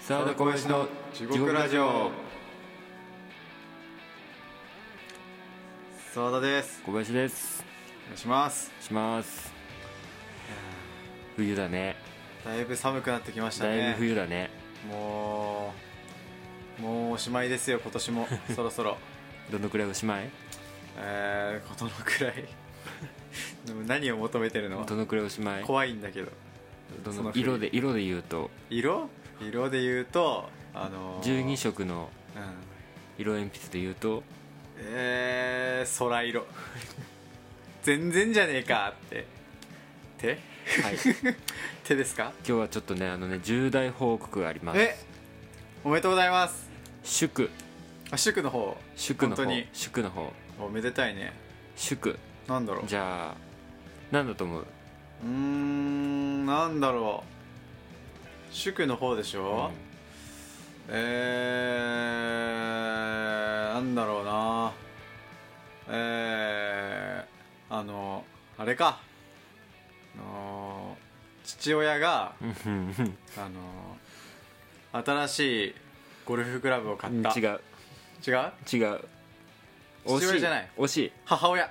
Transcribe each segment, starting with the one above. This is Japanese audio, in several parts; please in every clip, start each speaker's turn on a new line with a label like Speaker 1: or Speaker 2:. Speaker 1: サード小林の地獄ラジオ
Speaker 2: 澤田です
Speaker 1: 小林です
Speaker 2: お願いします
Speaker 1: します冬だね
Speaker 2: だいぶ寒くなってきました
Speaker 1: だいぶ
Speaker 2: ね
Speaker 1: 冬だね
Speaker 2: もうもうおしまいですよ今 年もそろそろ
Speaker 1: どのくらいおしまい
Speaker 2: えー、ことのくらい でも何を求めてるの
Speaker 1: どのくらいおしまい
Speaker 2: 怖いんだけど
Speaker 1: ど
Speaker 2: そ
Speaker 1: の
Speaker 2: の冬
Speaker 1: 色で色で言うと
Speaker 2: 色色で言うとあのー、
Speaker 1: 12色の
Speaker 2: うん
Speaker 1: 色鉛筆で言うと
Speaker 2: えー、空色 全然じゃねえかって手
Speaker 1: はい今
Speaker 2: 手ですか
Speaker 1: 日はちょっとねあのね重大報告があります
Speaker 2: えおめでとうございます
Speaker 1: 祝
Speaker 2: あ祝の方
Speaker 1: 祝の方
Speaker 2: 本当に
Speaker 1: 祝の方
Speaker 2: おめでたいね
Speaker 1: 祝
Speaker 2: なんだろう
Speaker 1: じゃあ何だと思う
Speaker 2: うーんなんだろう祝の方でしょ、えー、なんだろうなえー、あのあれかあの父親が
Speaker 1: うんうんうん
Speaker 2: あの新しいゴルフクラブを買った
Speaker 1: 違う
Speaker 2: 違
Speaker 1: 違
Speaker 2: う
Speaker 1: う
Speaker 2: 父親じゃない
Speaker 1: 惜しい
Speaker 2: 母親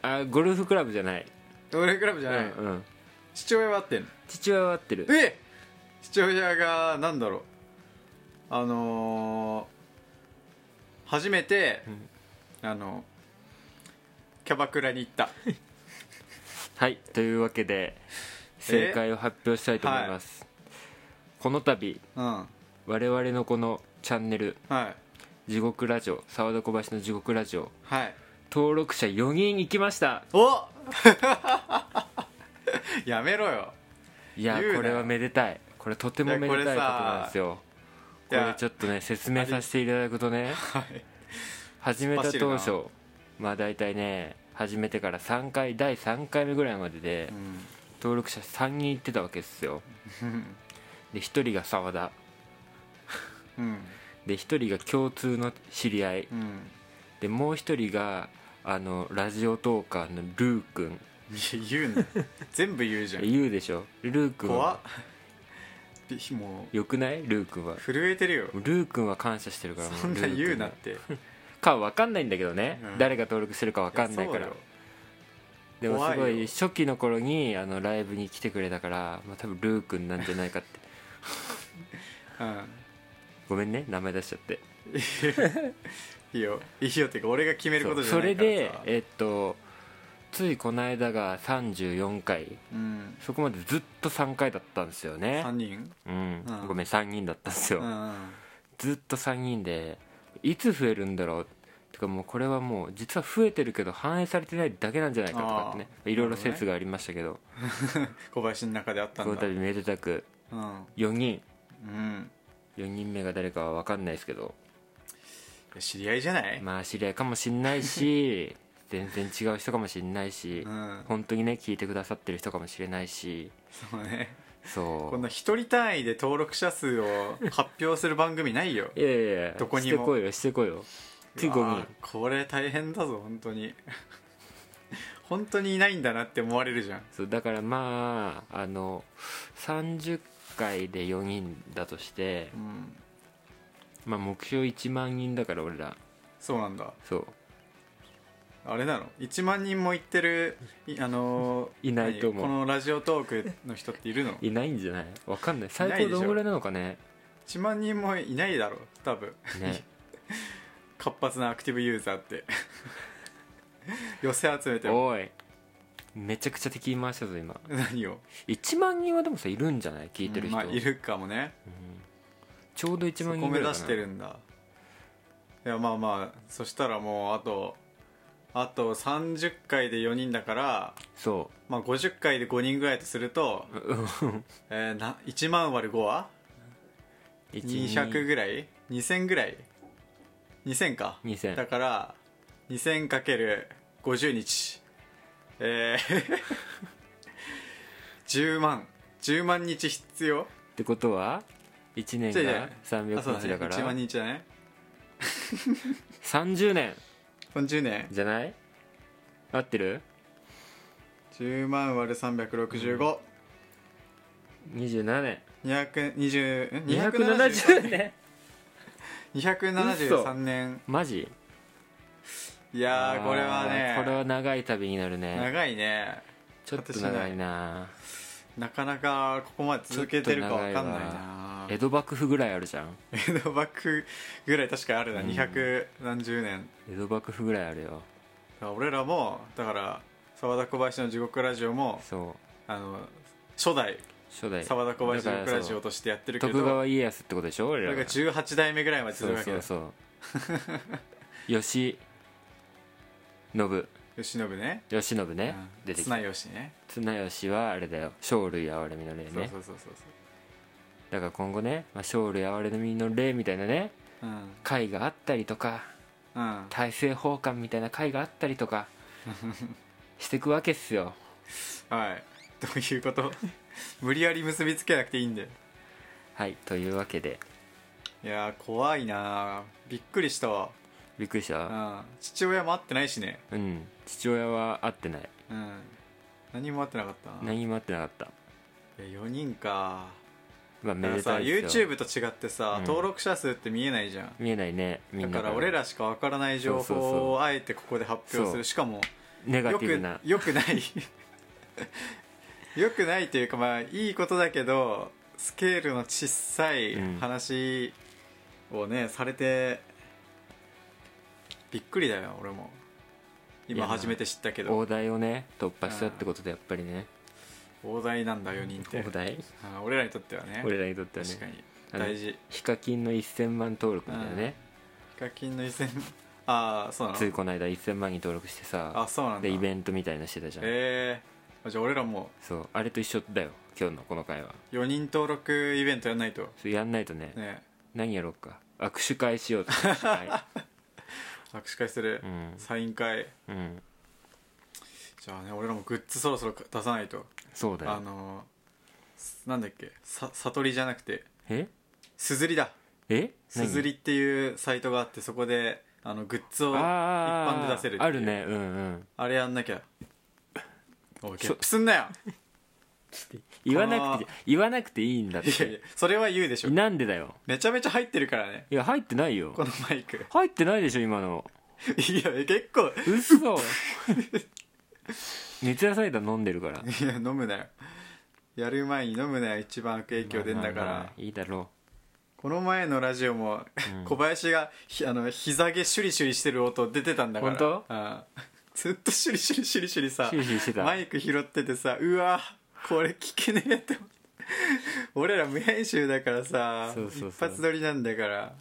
Speaker 1: あゴルフクラブじゃない、
Speaker 2: ゴルフクラブじゃない、
Speaker 1: うんうん
Speaker 2: 父親は合ってんの
Speaker 1: 父親は合ってる
Speaker 2: え父親がなんだろうあのー、初めて、あのキャバクラに行 った
Speaker 1: はいというわけで正解を発表したいと思います、この度
Speaker 2: うんは
Speaker 1: 我々のこのチャンネル
Speaker 2: い
Speaker 1: 「地獄ラジオ沢田小林の地獄ラジオ
Speaker 2: はい」
Speaker 1: 登録者4人いきました
Speaker 2: お やめろよ
Speaker 1: いや
Speaker 2: 言うなよ
Speaker 1: これはめでたいこれとてもめでたいことなんですよ
Speaker 2: い
Speaker 1: こ
Speaker 2: や
Speaker 1: れちょっとね説明させていただくとね
Speaker 2: はい
Speaker 1: 始めた
Speaker 2: 突っ
Speaker 1: 当
Speaker 2: 走る
Speaker 1: 初まあ大体ね始めてから3回第3回目ぐらいまでで、
Speaker 2: う
Speaker 1: 登録者3人いってたわけです よ
Speaker 2: ん
Speaker 1: で1人が沢田
Speaker 2: うん
Speaker 1: で1人が共通の知り合い
Speaker 2: うん
Speaker 1: でもう1人があのラジオトーカーのルー君
Speaker 2: いや言うな 全部言うじゃん
Speaker 1: 言うでしょルー君
Speaker 2: 怖っ
Speaker 1: は
Speaker 2: びも
Speaker 1: よくないルー君は
Speaker 2: う震えてるよ
Speaker 1: ルー君は感謝してるからも
Speaker 2: そんな
Speaker 1: ルー君
Speaker 2: 言う
Speaker 1: ね
Speaker 2: なって
Speaker 1: か分かんないんだけどね、
Speaker 2: うん
Speaker 1: 誰が登録してるか分かんないか
Speaker 2: そう
Speaker 1: ら
Speaker 2: よ
Speaker 1: でもすご
Speaker 2: 怖い
Speaker 1: い
Speaker 2: よ
Speaker 1: 初期の頃にあのライブに来てくれたから、まあ、多分ルー君なんじゃないかって
Speaker 2: うん
Speaker 1: ごめんね名前出しちゃって
Speaker 2: いいよいいよっていうか俺が決めることじゃ
Speaker 1: そ
Speaker 2: な
Speaker 1: れ
Speaker 2: いからさ
Speaker 1: でえっとついこの間が34回
Speaker 2: うん
Speaker 1: そこまでずっと3回だったんですよね
Speaker 2: 3人
Speaker 1: うん、
Speaker 2: うん
Speaker 1: ごめん3人だったんですよ、
Speaker 2: うん
Speaker 1: ずっと3人でいつ増えるんだろうてかもうこれはもう実は増えてるけど反映されてないだけなんじゃないかとかってねいろいろ説がありましたけど
Speaker 2: 小林の中であった
Speaker 1: この
Speaker 2: んだ
Speaker 1: 度めでたく
Speaker 2: うん
Speaker 1: 4人
Speaker 2: うん
Speaker 1: 4人目が誰かは分かんないですけど
Speaker 2: いや知り合いじゃない、
Speaker 1: まあ知り合いかもしんない し全然違う人かもしんないし、
Speaker 2: うん
Speaker 1: 本当にね聞いてくださってる人かもしれないし
Speaker 2: そうね
Speaker 1: そ
Speaker 2: こん
Speaker 1: う
Speaker 2: な一人単位で登録者数を発表する番組ないよ
Speaker 1: いやいやいや
Speaker 2: どこに
Speaker 1: して
Speaker 2: も
Speaker 1: こいよしてこいよ次
Speaker 2: うわ
Speaker 1: 5
Speaker 2: ーこれ大変だぞ本当に 本当にいないんだなって思われるじゃん
Speaker 1: そうだからまああの30回で4人だとして、
Speaker 2: うん
Speaker 1: まあ、目標1万人だから俺ら
Speaker 2: そうなんだ
Speaker 1: そう
Speaker 2: あれなの1万人も行ってるいあのー
Speaker 1: いないと思う
Speaker 2: 何このラジオトークの人っているの
Speaker 1: いないんじゃないわかんない
Speaker 2: いない
Speaker 1: 最
Speaker 2: で
Speaker 1: 高
Speaker 2: しょ
Speaker 1: どんぐらいなのか ね
Speaker 2: 1万人もいないだろう多分
Speaker 1: ね
Speaker 2: 活発なアクティブユーザーって 寄せ集めても
Speaker 1: おいめちゃくちゃ敵回したぞ今
Speaker 2: 何を
Speaker 1: 1万人はでもさいるんじゃない聞いてる人、
Speaker 2: まあいるかもね
Speaker 1: ちょうど1
Speaker 2: そ
Speaker 1: 万
Speaker 2: こ
Speaker 1: 人
Speaker 2: 目
Speaker 1: ぐら
Speaker 2: 指
Speaker 1: いか
Speaker 2: して
Speaker 1: な
Speaker 2: るんだいやまあまあそしたらもうあとあと30回で4人だから、
Speaker 1: そ
Speaker 2: まあ、50回で5人ぐらいとする と、
Speaker 1: ううん
Speaker 2: えーな1万割る5は200
Speaker 1: 12002
Speaker 2: ぐらい2000ぐらい2000かだから2 0 0 ×50 日えー、10万10万日必要
Speaker 1: ってことは1年
Speaker 2: 違う違
Speaker 1: が
Speaker 2: うあそう
Speaker 1: 300日だか
Speaker 2: ね、1
Speaker 1: ら
Speaker 2: 万日だね
Speaker 1: 30年
Speaker 2: 40年
Speaker 1: じゃない合ってる
Speaker 2: 10万割る365、
Speaker 1: 27年
Speaker 2: 220
Speaker 1: 270
Speaker 2: 270
Speaker 1: 年
Speaker 2: 273年
Speaker 1: マジ
Speaker 2: いやーこれはね
Speaker 1: これは長い旅になるね
Speaker 2: 長いね
Speaker 1: ちょっと長いな
Speaker 2: なかなかここまで続けてるかわかんないな
Speaker 1: 江戸幕府ぐらいあるじゃん
Speaker 2: 江戸幕府ぐらい確かあるな、
Speaker 1: うん
Speaker 2: 200何十年
Speaker 1: 江戸幕府ぐらいあるよ
Speaker 2: 俺らもだから沢田小林の地獄ラジオも
Speaker 1: そう
Speaker 2: あの初代
Speaker 1: 初代
Speaker 2: 沢田小林の地
Speaker 1: だか
Speaker 2: 獄
Speaker 1: ら
Speaker 2: ラ
Speaker 1: そう
Speaker 2: ジオとしてやってるけど
Speaker 1: 徳
Speaker 2: そ
Speaker 1: 川家康ってことでしょ俺ら
Speaker 2: れが18代目ぐらいまで
Speaker 1: そ
Speaker 2: 続
Speaker 1: う
Speaker 2: くわけ
Speaker 1: そ
Speaker 2: で
Speaker 1: う
Speaker 2: す
Speaker 1: そう 吉信
Speaker 2: 慶喜ね
Speaker 1: 吉信ね
Speaker 2: うん
Speaker 1: 出てきた
Speaker 2: 綱吉ね
Speaker 1: 綱吉はあれだよ生類憐れみの例
Speaker 2: そう
Speaker 1: ね
Speaker 2: そうそうそう
Speaker 1: だから今後ね、まあ、生類憐れみの例みたいなね
Speaker 2: そううん
Speaker 1: 会があったりとか
Speaker 2: うん
Speaker 1: 大政奉還みたいな会があったりと かしてくわけっすよ
Speaker 2: はい どういうこと 無理やり結びつけなくていいんで
Speaker 1: はいというわけで
Speaker 2: いやー怖いなーびっくりしたわ、
Speaker 1: びっくりし
Speaker 2: う
Speaker 1: た
Speaker 2: ん、父親も会ってないしね
Speaker 1: うん父親は会ってない
Speaker 2: うん何も会ってなかったな
Speaker 1: 何も会ってなかった
Speaker 2: いや4人か
Speaker 1: まあ
Speaker 2: だ
Speaker 1: め
Speaker 2: から
Speaker 1: で
Speaker 2: さ
Speaker 1: たいですよ
Speaker 2: YouTube と違ってさ、
Speaker 1: うん
Speaker 2: 登録者数って見えないじゃん
Speaker 1: 見えないねみ
Speaker 2: だ
Speaker 1: んな
Speaker 2: から俺らしかわからない情
Speaker 1: そうそうそう
Speaker 2: 報をあえてここで発表す
Speaker 1: そ
Speaker 2: る
Speaker 1: う
Speaker 2: しかも
Speaker 1: ネガ
Speaker 2: よ
Speaker 1: ティブな
Speaker 2: くよくない よくないというかまあいいことだけどスケールの小さい
Speaker 1: うん
Speaker 2: 話をね、されてびっくりだよ俺も
Speaker 1: い
Speaker 2: 今
Speaker 1: やまあ
Speaker 2: 初めて知ったけど
Speaker 1: 大台をね突破したってことでやっぱりね
Speaker 2: 大台なんだ4人って
Speaker 1: 大台
Speaker 2: あ俺らにとってはね
Speaker 1: 俺らにとっては
Speaker 2: 確か
Speaker 1: ね
Speaker 2: に
Speaker 1: あの
Speaker 2: 大事
Speaker 1: ヒカキンの1000万登録みたいなね
Speaker 2: ヒカキンの一戦ああそうな
Speaker 1: つい
Speaker 2: の
Speaker 1: この間1000万に登録してさ
Speaker 2: あそうなんだ
Speaker 1: でイベントみたいのしてたじゃん
Speaker 2: ええじゃあ俺らも
Speaker 1: そうあれと一緒だよ今日のこの回は
Speaker 2: 4人登録イベントやんないと
Speaker 1: そうやんないとね
Speaker 2: ね
Speaker 1: 何やろうか握手会しようと は
Speaker 2: 握手会する
Speaker 1: い、うん
Speaker 2: サイン会
Speaker 1: うん
Speaker 2: じゃあね俺らもグッズそろそろ出さないと
Speaker 1: そうだ
Speaker 2: あ
Speaker 1: よ
Speaker 2: のーすなんだっけさ悟りじゃなくて
Speaker 1: え
Speaker 2: すずりだ
Speaker 1: え
Speaker 2: すずりっていうサイトがあってそこであのグッズを一般で出せるっていう
Speaker 1: あるねうんうん
Speaker 2: あれやんなきゃおいゲ
Speaker 1: そ
Speaker 2: ップすんなよ
Speaker 1: 言わなくて言わなくていいんだっ
Speaker 2: いやいや
Speaker 1: て
Speaker 2: それは言うでしょ
Speaker 1: なんでだよ
Speaker 2: めちゃめちゃ入ってるからね
Speaker 1: いや入ってないよ
Speaker 2: このマイク
Speaker 1: 入ってないでしょ今の
Speaker 2: いや結構
Speaker 1: 嘘熱野菜だ飲んでるから
Speaker 2: いや飲むなよやる前に飲むなよ一番悪影響出んだか
Speaker 1: まあまあま
Speaker 2: ら
Speaker 1: あいいだろ
Speaker 2: この前のラジオも
Speaker 1: う、ん
Speaker 2: 小林がひあの膝毛シュリシュリしてる音出てたんだから
Speaker 1: 本
Speaker 2: うんずっとシュリシュリシュリシュリさ
Speaker 1: シュリシュリしてた
Speaker 2: マイク拾っててさうわこれ聞けねえって思って俺ら無編集だからさ
Speaker 1: そうそうそう
Speaker 2: 一発撮りなんだから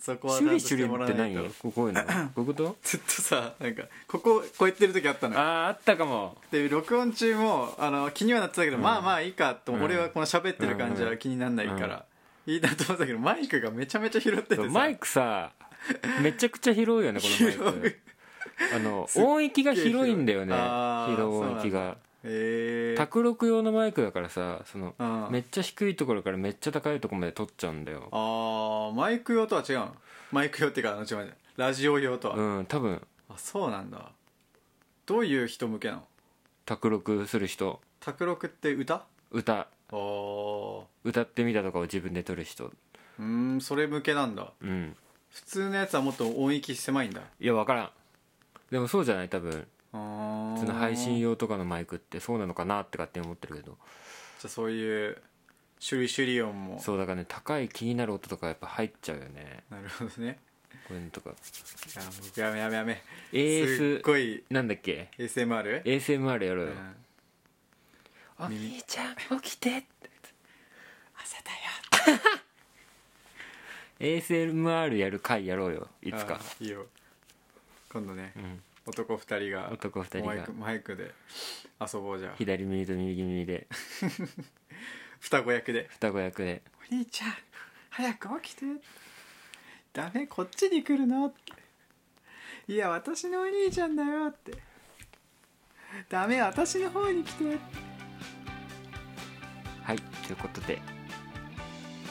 Speaker 2: そこ
Speaker 1: う
Speaker 2: は
Speaker 1: シュリシュ
Speaker 2: ちゃん
Speaker 1: リ
Speaker 2: と
Speaker 1: っ
Speaker 2: してもらわない
Speaker 1: 何
Speaker 2: と
Speaker 1: ここういうのこういうこと
Speaker 2: ずっとさなんかこここうやってる時あったの
Speaker 1: あああったかも
Speaker 2: で録音中もあの気にはなってたけど、まあまあいいかと、
Speaker 1: うん
Speaker 2: 俺はこの喋ってる感じは気にならないから、いいなと思ったけどマイクがめちゃめちゃ拾っててさ
Speaker 1: マイクさめちゃくちゃ広いよねこのマイ
Speaker 2: 広い
Speaker 1: クあの
Speaker 2: すっげえ
Speaker 1: 音域が広いんだよね
Speaker 2: あー
Speaker 1: 広音域
Speaker 2: そう
Speaker 1: が
Speaker 2: えー、
Speaker 1: 卓録用のマイクだからさその
Speaker 2: うん
Speaker 1: めっちゃ低いところからめっちゃ高いところまで撮っちゃうんだよ
Speaker 2: あーマイク用とは違うのマイク用っていうかあの違う違うラジオ用とは、
Speaker 1: うん多分
Speaker 2: あそうなんだどういう人向けなの
Speaker 1: 卓録する人
Speaker 2: 卓録って歌
Speaker 1: 歌
Speaker 2: あー
Speaker 1: 歌ってみたとかを自分で撮る人
Speaker 2: うーんそれ向けなんだ
Speaker 1: うん
Speaker 2: 普通のやつはもっと音域狭いんだ
Speaker 1: いや分からんでもそうじゃない多分
Speaker 2: あ
Speaker 1: その配信用とかのマイクってそうなのかなって勝手に思ってるけど
Speaker 2: じゃあそういう種類種類音も
Speaker 1: そうだからね高い気になる音とかやっぱ入っちゃうよね
Speaker 2: なるほどね
Speaker 1: こういうのとか
Speaker 2: いやもうやめやめやめすっ
Speaker 1: AS
Speaker 2: ごい
Speaker 1: なんだっけ
Speaker 2: ASMR?
Speaker 1: ASMR やろう
Speaker 2: う
Speaker 1: よ
Speaker 2: ん
Speaker 1: 「お兄ちゃん起きて」って
Speaker 2: 朝だよ
Speaker 1: ASMR やる回やろうよいつか
Speaker 2: あいいよ今度ね
Speaker 1: うん
Speaker 2: 男二人が
Speaker 1: 男二人
Speaker 2: マイ
Speaker 1: が
Speaker 2: クマイクで遊ぼうじゃあ
Speaker 1: 左耳と右耳で
Speaker 2: 双子役で
Speaker 1: 双子役で
Speaker 2: 「お兄ちゃん早く起きて」「ダメこっちに来るの」って「いや私のお兄ちゃんだよ」って「ダメ私の方に来て」
Speaker 1: はいということで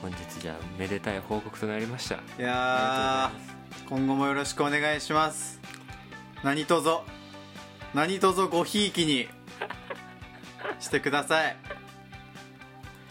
Speaker 1: 本日じゃあめでたい報告となりました
Speaker 2: いや
Speaker 1: ありがとうございます
Speaker 2: ー今後もよろしくお願いします何卒 何卒ごひいきにしてください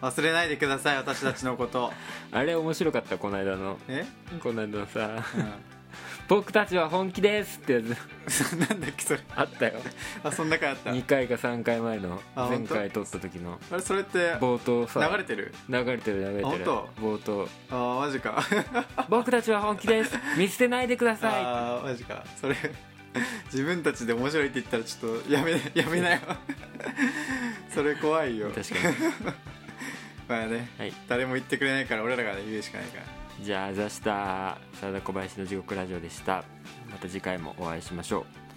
Speaker 2: 忘れないでください私たちのこと
Speaker 1: あれ面白かったこの間の
Speaker 2: え、
Speaker 1: この間のさ
Speaker 2: うん、
Speaker 1: 「僕たちは本気です」ってやつ
Speaker 2: なんだっけそれ
Speaker 1: あったよ
Speaker 2: あそんな回あった
Speaker 1: 2回か3回前の
Speaker 2: あ
Speaker 1: 前
Speaker 2: 本当
Speaker 1: 回撮った時の
Speaker 2: あれそれって
Speaker 1: 冒頭さ
Speaker 2: 流れてる
Speaker 1: 流れてる流れてる
Speaker 2: あ本
Speaker 1: 冒頭
Speaker 2: あーマジか
Speaker 1: 「僕たちは本気です見捨てないでください
Speaker 2: あーマジかそれ自分たちで面白いって言ったらちょっとやめや めなよそれ怖い」よ
Speaker 1: 確かに
Speaker 2: まあね、
Speaker 1: はい
Speaker 2: 誰も言ってくれないから俺らが言うしかないから
Speaker 1: じゃあ「ザ・スター」サラダ小林の地獄ラジオでしたまた次回もお会いしましょう